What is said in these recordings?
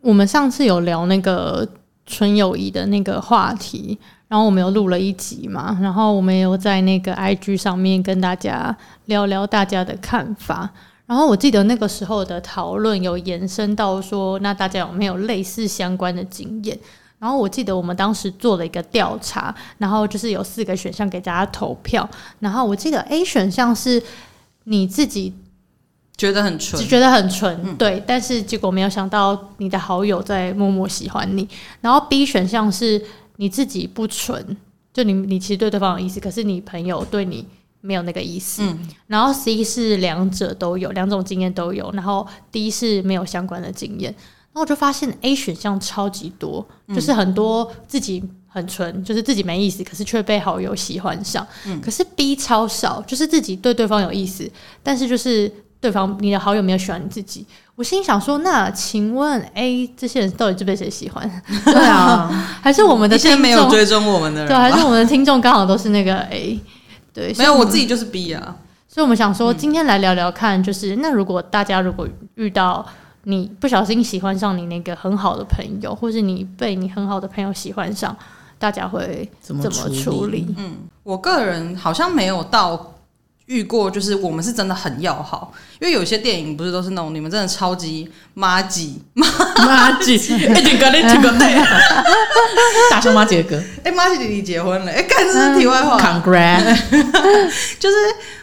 我们上次有聊那个纯友谊的那个话题，然后我们有录了一集嘛，然后我们也有在那个 IG 上面跟大家聊聊大家的看法。然后我记得那个时候的讨论有延伸到说，那大家有没有类似相关的经验？然后我记得我们当时做了一个调查，然后就是有四个选项给大家投票。然后我记得 A 选项是你自己觉得很只 纯，嗯觉得很纯，对，但是结果没有想到你的好友在默默喜欢你。然后 B 选项是你自己不纯，就你你其实对对方有意思，可是你朋友对你没有那个意思。嗯然后 C 是两者都有，两种经验都有，然后 D 是没有相关的经验。然后我就发现 A 选项超级多，嗯就是很多自己很纯，就是自己没意思，可是却被好友喜欢上。嗯可是 B 超少，就是自己对对方有意思，但是就是对方你的好友没有喜欢你自己。我心想说，那请问 A 这些人到底是被谁喜欢？ 对啊，还是我们的一听些众嗯没有追踪我们的人对，啊吧，还是我们的听众刚好都是那个 A？对，没有，像我自己就是 B 啊，所以我们想说，今天来聊聊看，就是、那如果大家如果遇到你不小心喜欢上你那个很好的朋友，或是你被你很好的朋友喜欢上，大家会怎么么处处理理？嗯我个人好像没有到遇过，就是我们是真的很要好，因为有些电影不是都是那种你们真的超级妈鸡， 妈姐，哎，这个嘞，这 个嘞，大熊妈姐哥哎、妈鸡弟弟结婚了，哎、干这嗯是题外话， ，Congrat， 就是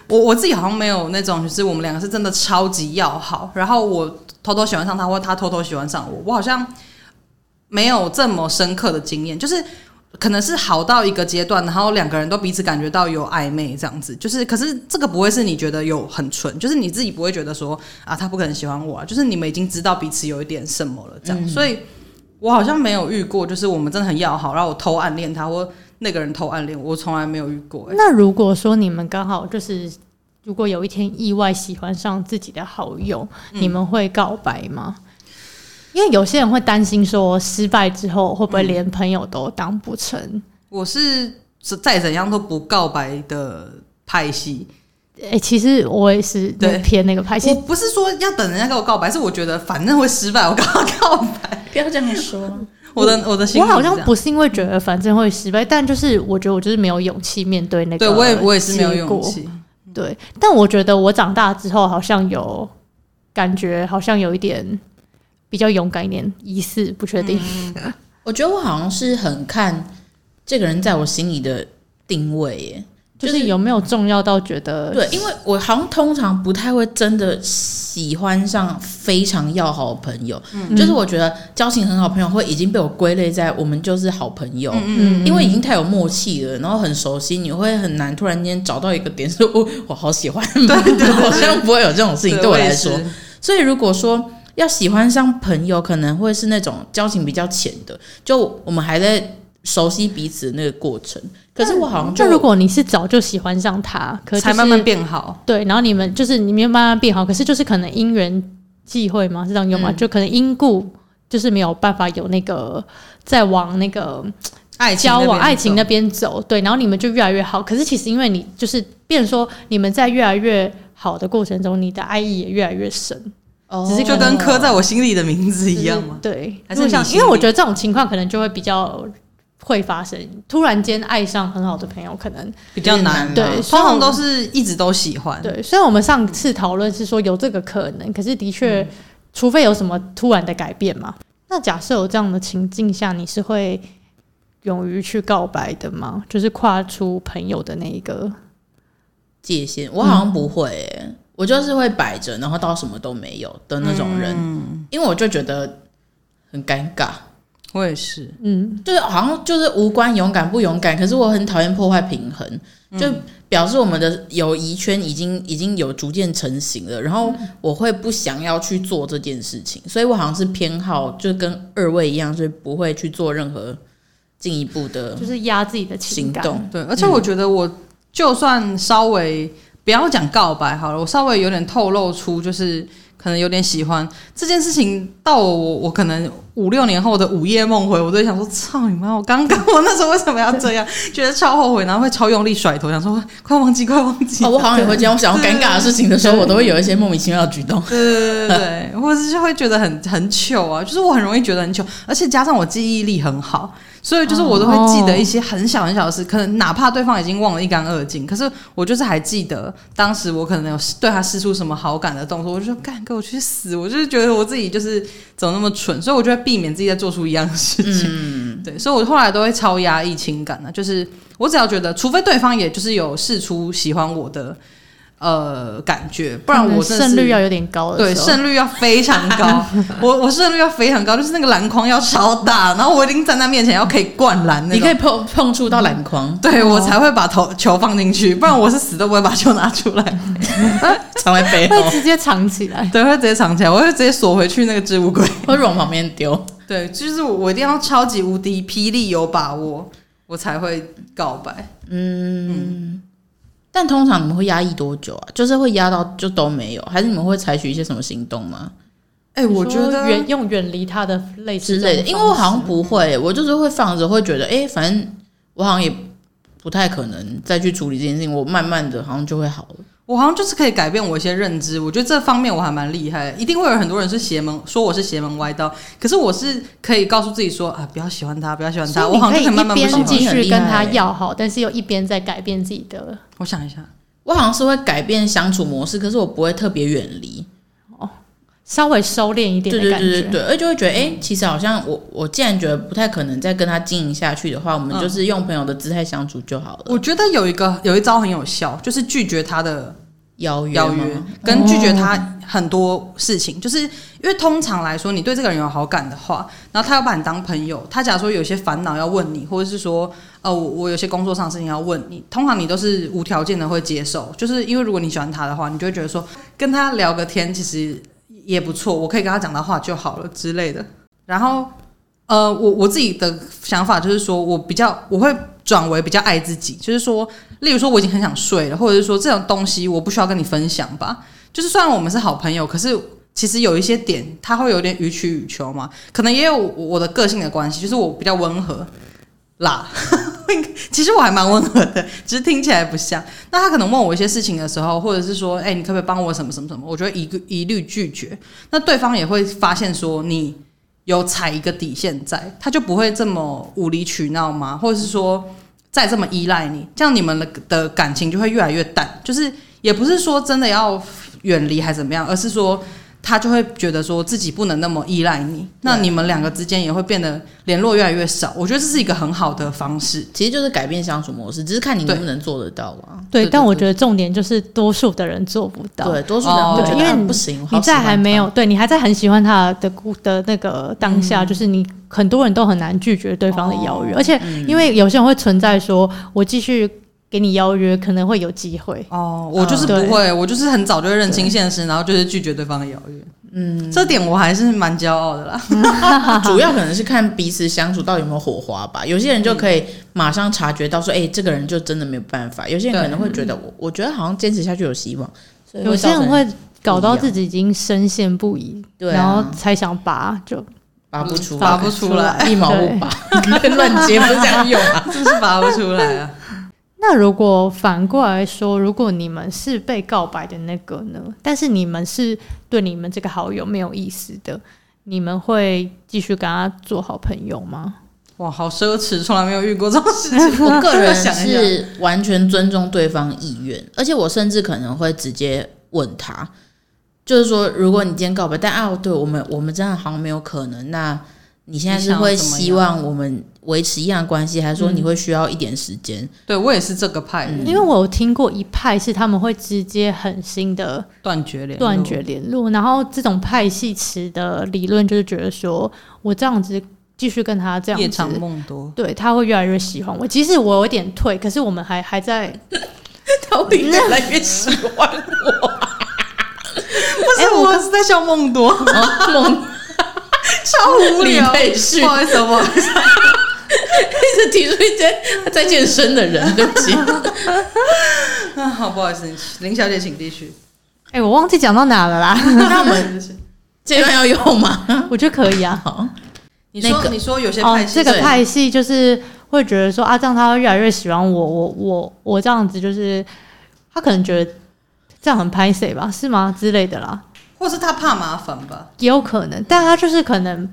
我我自己好像没有那种，就是我们两个是真的超级要好，然后我偷偷喜欢上他，或他偷偷喜欢上我，我好像没有这么深刻的经验，就是。可能是好到一个阶段，然后两个人都彼此感觉到有暧昧这样子，就是可是这个不会是你觉得有很纯，就是你自己不会觉得说啊他不可能喜欢我啊，就是你们已经知道彼此有一点什么了这样，所以我好像没有遇过，就是我们真的很要好，然后我偷暗恋他或那个人偷暗恋我，我从来没有遇过、欸那如果说你们刚好就是，如果有一天意外喜欢上自己的好友，嗯你们会告白吗？因为有些人会担心说，失败之后会不会连朋友都当不成？嗯我是再怎样都不告白的派系，哎、其实我也是对偏那个派，其我实不是说要等人家给我告白，是我觉得反正会失败，我刚刚告白。不要这样说，我的我的心我里是好这样，像不是因为觉得反正会失败，但就是我觉得我就是没有勇气面对那个对结果。我也我也是没有勇气，嗯对，但我觉得我长大之后好像有感觉，好像有一点比较勇敢一点，疑似不确定。嗯我觉得我好像是很看这个人在我心里的定位耶，就就是是有没有重要到觉得对，因为我好像通常不太会真的喜欢上非常要好的朋友，就是我觉得交情很好的朋友会已经被我归类在我们就是好朋哦友，嗯因为已经太有默契了，然后很熟悉，你会很难突然间找到一个点说，我我好喜欢，对对对好像不会有这种事情对我来说我也，是所以如果说要喜欢上朋友，可能会是那种交情比较浅的，就我们还在熟悉彼此的那个过程。可是我好像就如果你是早就喜欢上他，可是、就才是、慢慢变好。对，然后你们就是你们慢慢变好，可是就是可能因缘际会嘛，是这样用吗？嗯就可能因故就是没有办法有那个再往那个。爱情交往爱情那的边走，对，然后你们就越来越好。可是其实因为你就是，变成说你们在越来越好的过程中，你的爱意也越来越深，只是就跟刻在我我心里的名字一样嘛。就是对，还如是果你像心因为我里觉得这种情况可能就会比较会发生，突然间爱上很好的朋友，可能比较难啊，对通所以我常都是一直都喜欢。对。虽然我们上次讨论是说有这个可能，可是的确，嗯除非有什么突然的改变嘛。那假设有这样的情境下，你是会勇于去告白的吗？就是跨出朋友的那一个界限，我好像不会、欸，我就是会摆着，然后到什么都没有的那种人，嗯嗯因为我就觉得很尴尬，我也是，嗯，就是好像就是无关勇敢不勇敢，可是我很讨厌破坏平衡，就表示我们的友谊圈已经已经有逐渐成型了，然后我会不想要去做这件事情，所以我好像是偏好就跟二位一样，所以不会去做任何进一步的就是压自己的情行感。动。对，而且我觉得我就算稍微不要讲告白好了，我稍微有点透露出就是可能有点喜欢这件事情，到我我可能五六年后的午夜梦回，我都想说，操你妈！我刚刚我那时候为什么要这样？觉得超后悔，然后会超用力甩头，想说快忘记，快忘记。哦，我好像也会这样。我想要尴尬的事情的时候，我都会有一些莫名其妙的举动。对对对对对，或者是会觉得很很糗啊，就是我很容易觉得很糗，而且加上我记忆力很好，所以就是我都会记得一些很小很小的事，可能哪怕对方已经忘了一干二净，可是我就是还记得当时我可能有对他施出什么好感的动作，我就说干给我去死，我就是觉得我自己就是怎么那么蠢，所以我就会避免自己再做出一样的事情。嗯 嗯对，所以我后来都会超压抑情感的、啊就是我只要觉得，除非对方也就是有试出喜欢我的。呃，感觉，不然可能我真的是胜率要有点高的对，时候胜率要非常 高。我我胜率要非常高，就是那个篮筐要超大，然后我已经站在面前要可以灌篮那你可以种。碰碰触到 篮筐，对，我才会把头球放进去，不然我是死都不会把球拿出 来。藏在背会后，直接藏起 来。对，会直接藏起来，我会直接锁回去那个置物柜。或者往旁边丢。 对，就是我我一定要超级无敌霹雳有把握，我才会告白。但通常你们会压抑多久啊？就是会压到就都没有，还是你们会采取一些什么行动吗哎、我觉你得说远用远离他的类似之类的？这种因为我好像方式不会，我就是会放着，会觉得哎、诶反正我好像也不太可能再去处理这件事情，我慢慢的好像就会好了。我好像就是可以改变我一些认知，我觉得这方面我还蛮厉害的。一定会有很多人是邪门，说我是邪门歪道，可是我是可以告诉自己说啊，不要喜欢他，不要喜欢他。所以我你好像可就以可以慢一慢不喜边欢继他。很续厉跟害他欸要好，但是又一边在改变自己的我想一下，我好像是会改变相处模式，可是我不会特别远离。稍微收敛一点对的对感对对觉。嗯对，而就会觉得，哎、其实好像我我既然觉得不太可能再跟他经营下去的话，我们嗯就是用朋友的姿态相处就好了。我觉得有一个有一招很有效，就是拒绝他的邀约邀吗约，跟拒绝他很多事情，就是因为通常来说，你对这个人有好感的话，然后他要把你当朋友，他假如说有些烦恼要问你，或者是说，呃，我我有些工作上的事情要问你，通常你都是无条件的会接受，就是因为如果你喜欢他的话，你就会觉得说跟他聊个天其实也不错，我可以跟他讲到话就好了之类的。然后，呃，我我自己的想法就是说我比较我会转为比较爱自己，就是说，例如说我已经很想睡了，或者是说这种东西我不需要跟你分享吧。就是虽然我们是好朋友，可是其实有一些点他会有点予取予求嘛，可能也有我我的个性的关系，就是我比较温和啦。 其实我还蛮温和的，只是听起来不像。那他可能问我一些事情的时候，或者是说，哎、你可不可以帮我什么什么什么？我就会一律一律拒绝。那对方也会发现说你有踩一个底线在，他就不会这么无理取闹嘛，或者是说再这么依赖你，这样你们的的感情就会越来越淡。就是也不是说真的要远离还是怎么样，而是说。他就会觉得说自己不能那么依赖你，那你们两个之间也会变得联络越来越少。我觉得这是一个很好的方式。其实就是改变相处模式，只是看你能不能做得到啊。对对但对我对觉得重点就是多数的人做不到。对，多数人会哦觉得、对因为啊你不行，我好你在喜欢还没他嗯有对你还在很喜欢他的故的那个当下，就是你很多人都很难拒绝对方的邀约，哦而且嗯因为有些人会存在说，我继续给你邀约可能会有机会，哦，我就嗯是对不会，我就是很早就会认清现实，然后就是拒绝对方的邀约。嗯，这点我还是蛮骄傲的啦。 主要可能是看彼此相处到底有没有火花吧。有些人就可以马上察觉到说，哎、这个人就真的没有办法。有些人可能会觉得，我我觉得好像坚持下去有希望。所以有些造人成会搞到自己已经深陷不已，对啊然后才想拔，就拔不出来，拔不出来，一毛不 拔， 乱接不是这样用 啊。就是拔不出来啊。那如果反过来说，如果你们是被告白的那个呢？但是你们是对你们这个好友没有意思的，你们会继续跟他做好朋友吗？ 哇，好奢侈，从来没有遇过这种事 情。 我个人想一下，是完全尊重对方意愿，而且我甚至可能会直接问他，就是说，如果你今天告白，但啊，对我们我们真的好像没有可能，那你现在你是想会怎么希样望我们维持一样的关系，还是说你会需要一点时间？对我也是这个派的，因为我有听过一派是他们会直接狠心的断绝联络断绝。联络，然后这种派系持的理论就是觉得说我这样子继续跟他这夜样长子，梦多，对他会越来越喜欢我。即使我有点退，可是我们还还在到底越来越喜 欢我？不是、哎我是在笑梦多，梦 超无聊。李佩旭不好意思，不好意思，一直提出一些在健身的人，对不 起。 啊好不好意思，林小姐请继续。哎、我 忘记讲到哪了啦，那我们这段要用吗？我觉得可以啊。好，你说、那个你说有些哦派，系、这个对派系就是会觉得说啊，这样他会越来越喜欢我，我我我这样子就是他可能觉得这样很拍谁吧，是吗之类的啦，或是他怕麻烦吧？也有可能，但他就是可能。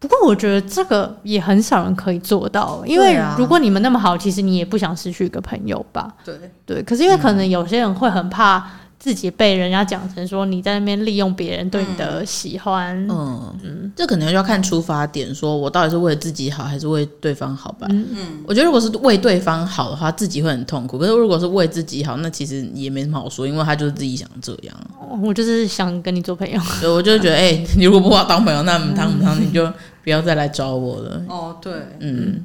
不过我觉得这个也很少人可以做到，因对为啊如果你们那么好，其实你也不想失去一个朋友吧？对，对，可是因为可能有些人会很怕自己被人家讲成说你在那边利用别人对你的喜欢，嗯嗯，这可能就要看出发点，说我到底是为了自己好，还是为对方好吧？嗯嗯，我觉得如果是为对方好的话，自己会很痛苦；可是如果是为自己好，那其实也没什么好说，因为他就是自己想这样。我就是想跟你做朋友。所以我就觉得，哎、你如果不把我当朋友，那母汤母汤，你就不要再来找我了。哦，对，嗯，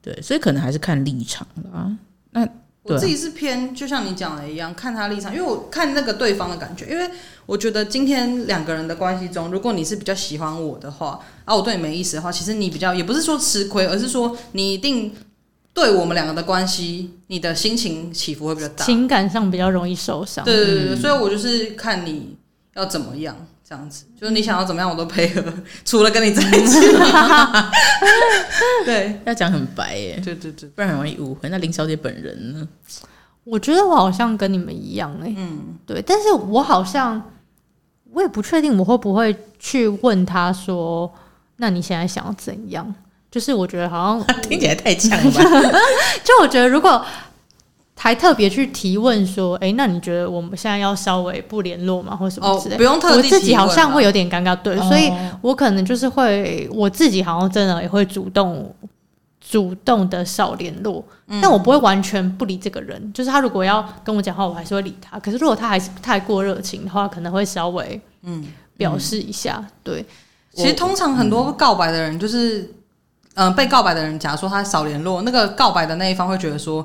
对，所以可能还是看立场啦。那对我啊自己是偏就像你讲的一样，看他立场，因为我看那个对方的感觉，因为我觉得今天两个人的关系中，如果你是比较喜欢我的话，啊，我对你没意思的话，其实你比较也不是说吃亏，而是说你一定对我们两个的关系，你的心情起伏会比较大。情嗯感上比较容易受伤。对对对对，所以我就是看你要怎么样这样子，就是你想要怎么样我都配合， 除了跟你在一起。嗯 对要讲很白耶、对对对，不然很容易误会。那林小姐本人呢？ 我觉得我好像跟你们一样哎、嗯，对，但是我好像我也不确定我会不会去问他说，那你现在想要怎样？就是我觉得好像， 听起来太呛了吧？就我觉得如果还特别去提问说，哎、那你觉得我们现在要稍微不联络吗，或什么哦之类，不用特我地自己提好问像啊会有点尴尬，对，所以哦我可能就是会我自己好像真的也会主动主动的少联络，但我不会完全不理这个人。就是他如果要跟我讲话，我还是会理他。可是如果他还是太过热情的话，可能会稍微嗯表示一下。对，其实通常很多嗯告白的人就是，嗯、被告白的人，假如说他少联络，那个告白的那一方会觉得说。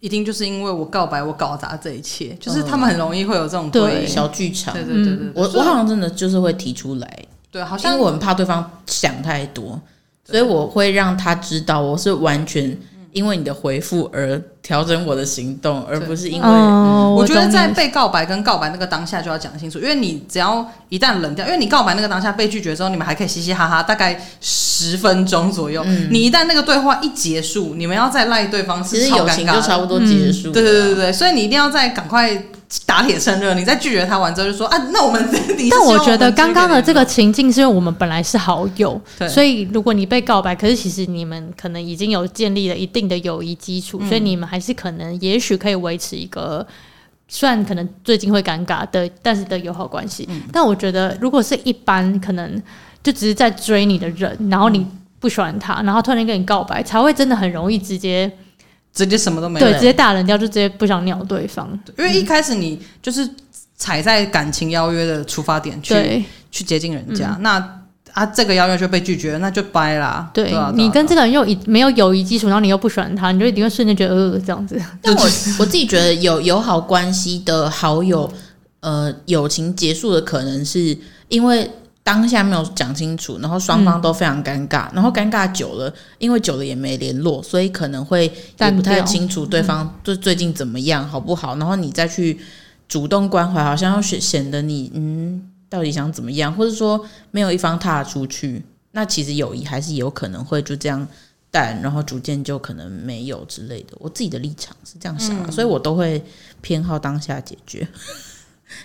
一定就是因为我告白，我搞砸这一切，就是他们很容易会有这种对对嗯小剧场对，对对对，我所我以好像真的就是会提出来，对好因为像我很怕对方想太多，所以我会让他知道我是完全因为你的回复而调整我的行动，而不是因为、嗯，哦我觉得懂在你被告白跟告白那个当下就要讲清楚，因为你只要一旦冷掉，因为你告白那个当下被拒绝之后，你们还可以嘻嘻哈哈，大概十分钟左右。你一旦那个对话一结束，你们要再赖对方嗯其是实超友尴情尬就的。啊差不多结束了、嗯啊对对对对对，所以你一定要再赶快打铁趁热，你再拒绝他完之后就说啊，那我们 但你是希望我们觉得继续刚刚的联这络个情境是因为我们本来是好友，对所以如果你被告白，可是其实你们可能已经有建立了一定的友谊基础，嗯所以你们还是可能也许可以维持一个。虽然可能最近会尴尬的，但是的友好关系。嗯但我觉得，如果是一般可能就只是在追你的人，然后你嗯不喜欢他，然后突然间跟你告白，才会真的很容易直接直接什么都没对有直。接嗯大人掉，就直接不想鸟对方。因为一开始你就是踩在感情邀约的出发点去啊对，嗯去接近人家，那啊这个邀约就被拒绝，那就掰啦。对啊你跟对啊这个人又以没有友谊基础，然后你又不喜欢他，你就一定会瞬间觉得呃这样子。但我我自己觉得有友好关系的好友，呃，友情结束的可能是因为当下没有讲清楚，然后嗯双方都非常尴尬，然后尴尬久了，因为久了也没联络，所以可能会也淡不太掉嗯清楚对方就最近怎么样，好不好？然后你再去主动关怀，好像要显显得你嗯到底想怎么样，或者说没有一方踏出去，那其实友谊还是有可能会就这样淡，然后逐渐就可能没有之类的。我自己的立场是这样想、啊，嗯所以我都会偏好当下解决。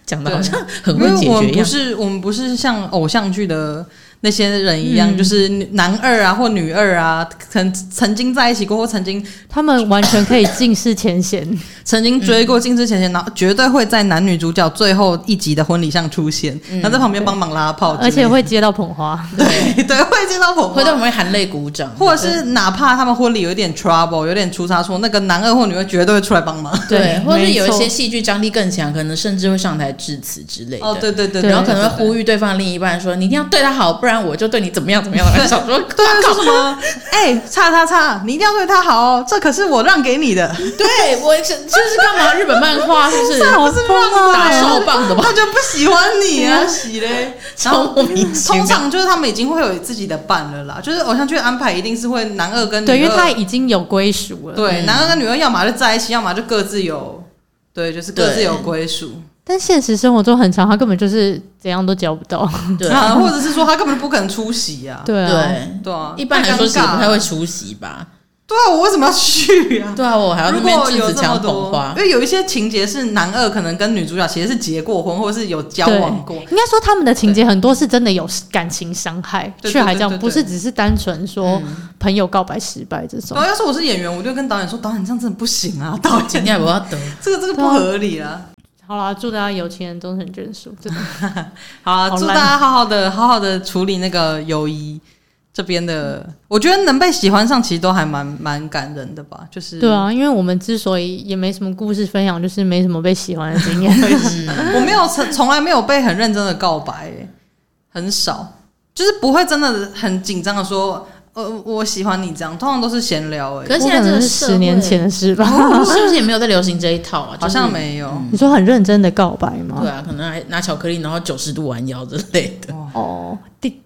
讲的好像很因会解为我决们一不样，是我们不是像偶像剧的那些人一嗯样，就是男二啊或女二啊，曾曾经在一起过或曾经他们完全可以尽释前嫌，曾经追过《金枝前嫌》，然后嗯绝对会在男女主角最后一集的婚礼上出现，嗯然后在旁边帮忙拉炮之类的，而且会接到捧花。 对对会接到捧会花对。我们会含泪鼓掌，或者是哪怕他们婚礼有一点 trouble，有点出差错，那个男二或女二绝对会出来帮忙。对，或者是有一些没错戏剧张力更强，可能甚至会上台致辞之类的。哦，对对对，对然后可能会对呼吁对方另一半说：“你一定要对他好，不然我就对你怎么样怎么样。”然后想说：“ 对啊，说什么？哎、叉叉叉，你一定要对他好哦，这可是我让给你的， 对我是就是干嘛？日本漫画是 不是？好疯啊打手棒的吧？他就不喜欢你 啊，洗嘞。然后超莫名其通妙。常就是他们已经会有自己的伴了啦，就是偶像剧的安排一定是会男二跟女二，对，因为他已经有归属了。嗯对男二跟女二要么就在一起，要么就各自有，对，就是各自有归属。但现实生活中很长，他根本就是怎样都交不到。 对啊，或者是说他根本就不可能出席呀、对啊，对，对啊，一般来说是太尴尬不了太会出席吧？对啊，我为什么要去啊？对啊，我还要在如那边果制有止这讲么捧多花，因。为有一些情节是男二可能跟女主角其实是结过婚，或者是有交对往过，应该说他们的情节很多是真的有感情伤害，对对却还这对样，对对不是只是单纯说嗯朋友告白失败这种然。后要是我是演员，我就跟导演说，导演这样真的不行啊，导今演天我要 得，这个这个不合理啊。好啦，祝大家有情人终成眷属，真的好啊，好祝大烂家好好的好好的处理那个友谊这边的，我觉得能被喜欢上，其实都还蛮蛮感人的吧，就是对。啊，因为我们之所以也没什么故事分享，就是没什么被喜欢的经验。我没有从从来没有被很认真的告白、欸，很少，就是不会真的很紧张的说，呃，我喜欢你这样，通常都是闲聊、欸，可哎，是我可现在这能个是社会十年前的事吧。是不是也没有在流行这一套啊？好就是像没有，你说很认真的告白吗？对啊，可能还拿巧克力，然后九十度弯腰之类的。哦，第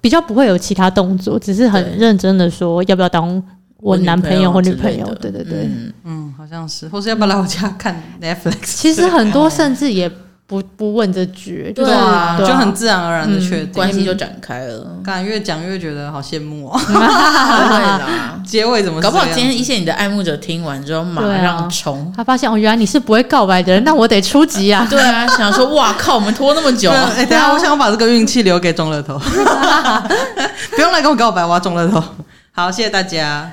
比较不会有其他动作，只是很对认真的说要不要当我男朋友或女朋友之对类。的对对，嗯嗯，好像是，或是要不要来我家 看 Netflix？其实很多甚至也不不问这句，就是对啊嗯对就很自然而然的确定。关系就展开 了。感觉越讲越觉得好羡慕哦。 不会啦，结尾怎么是搞不好这样今天一些你的爱慕者听完之后马对啊上冲。他发现哦，原来你是不会告白的人，那我得出击啊！对啊，想说哇靠，我们拖那么久对，啊哎，等一下我想把这个运 气留给中乐头，不用来跟我告白，我要中乐头。好，谢谢大家。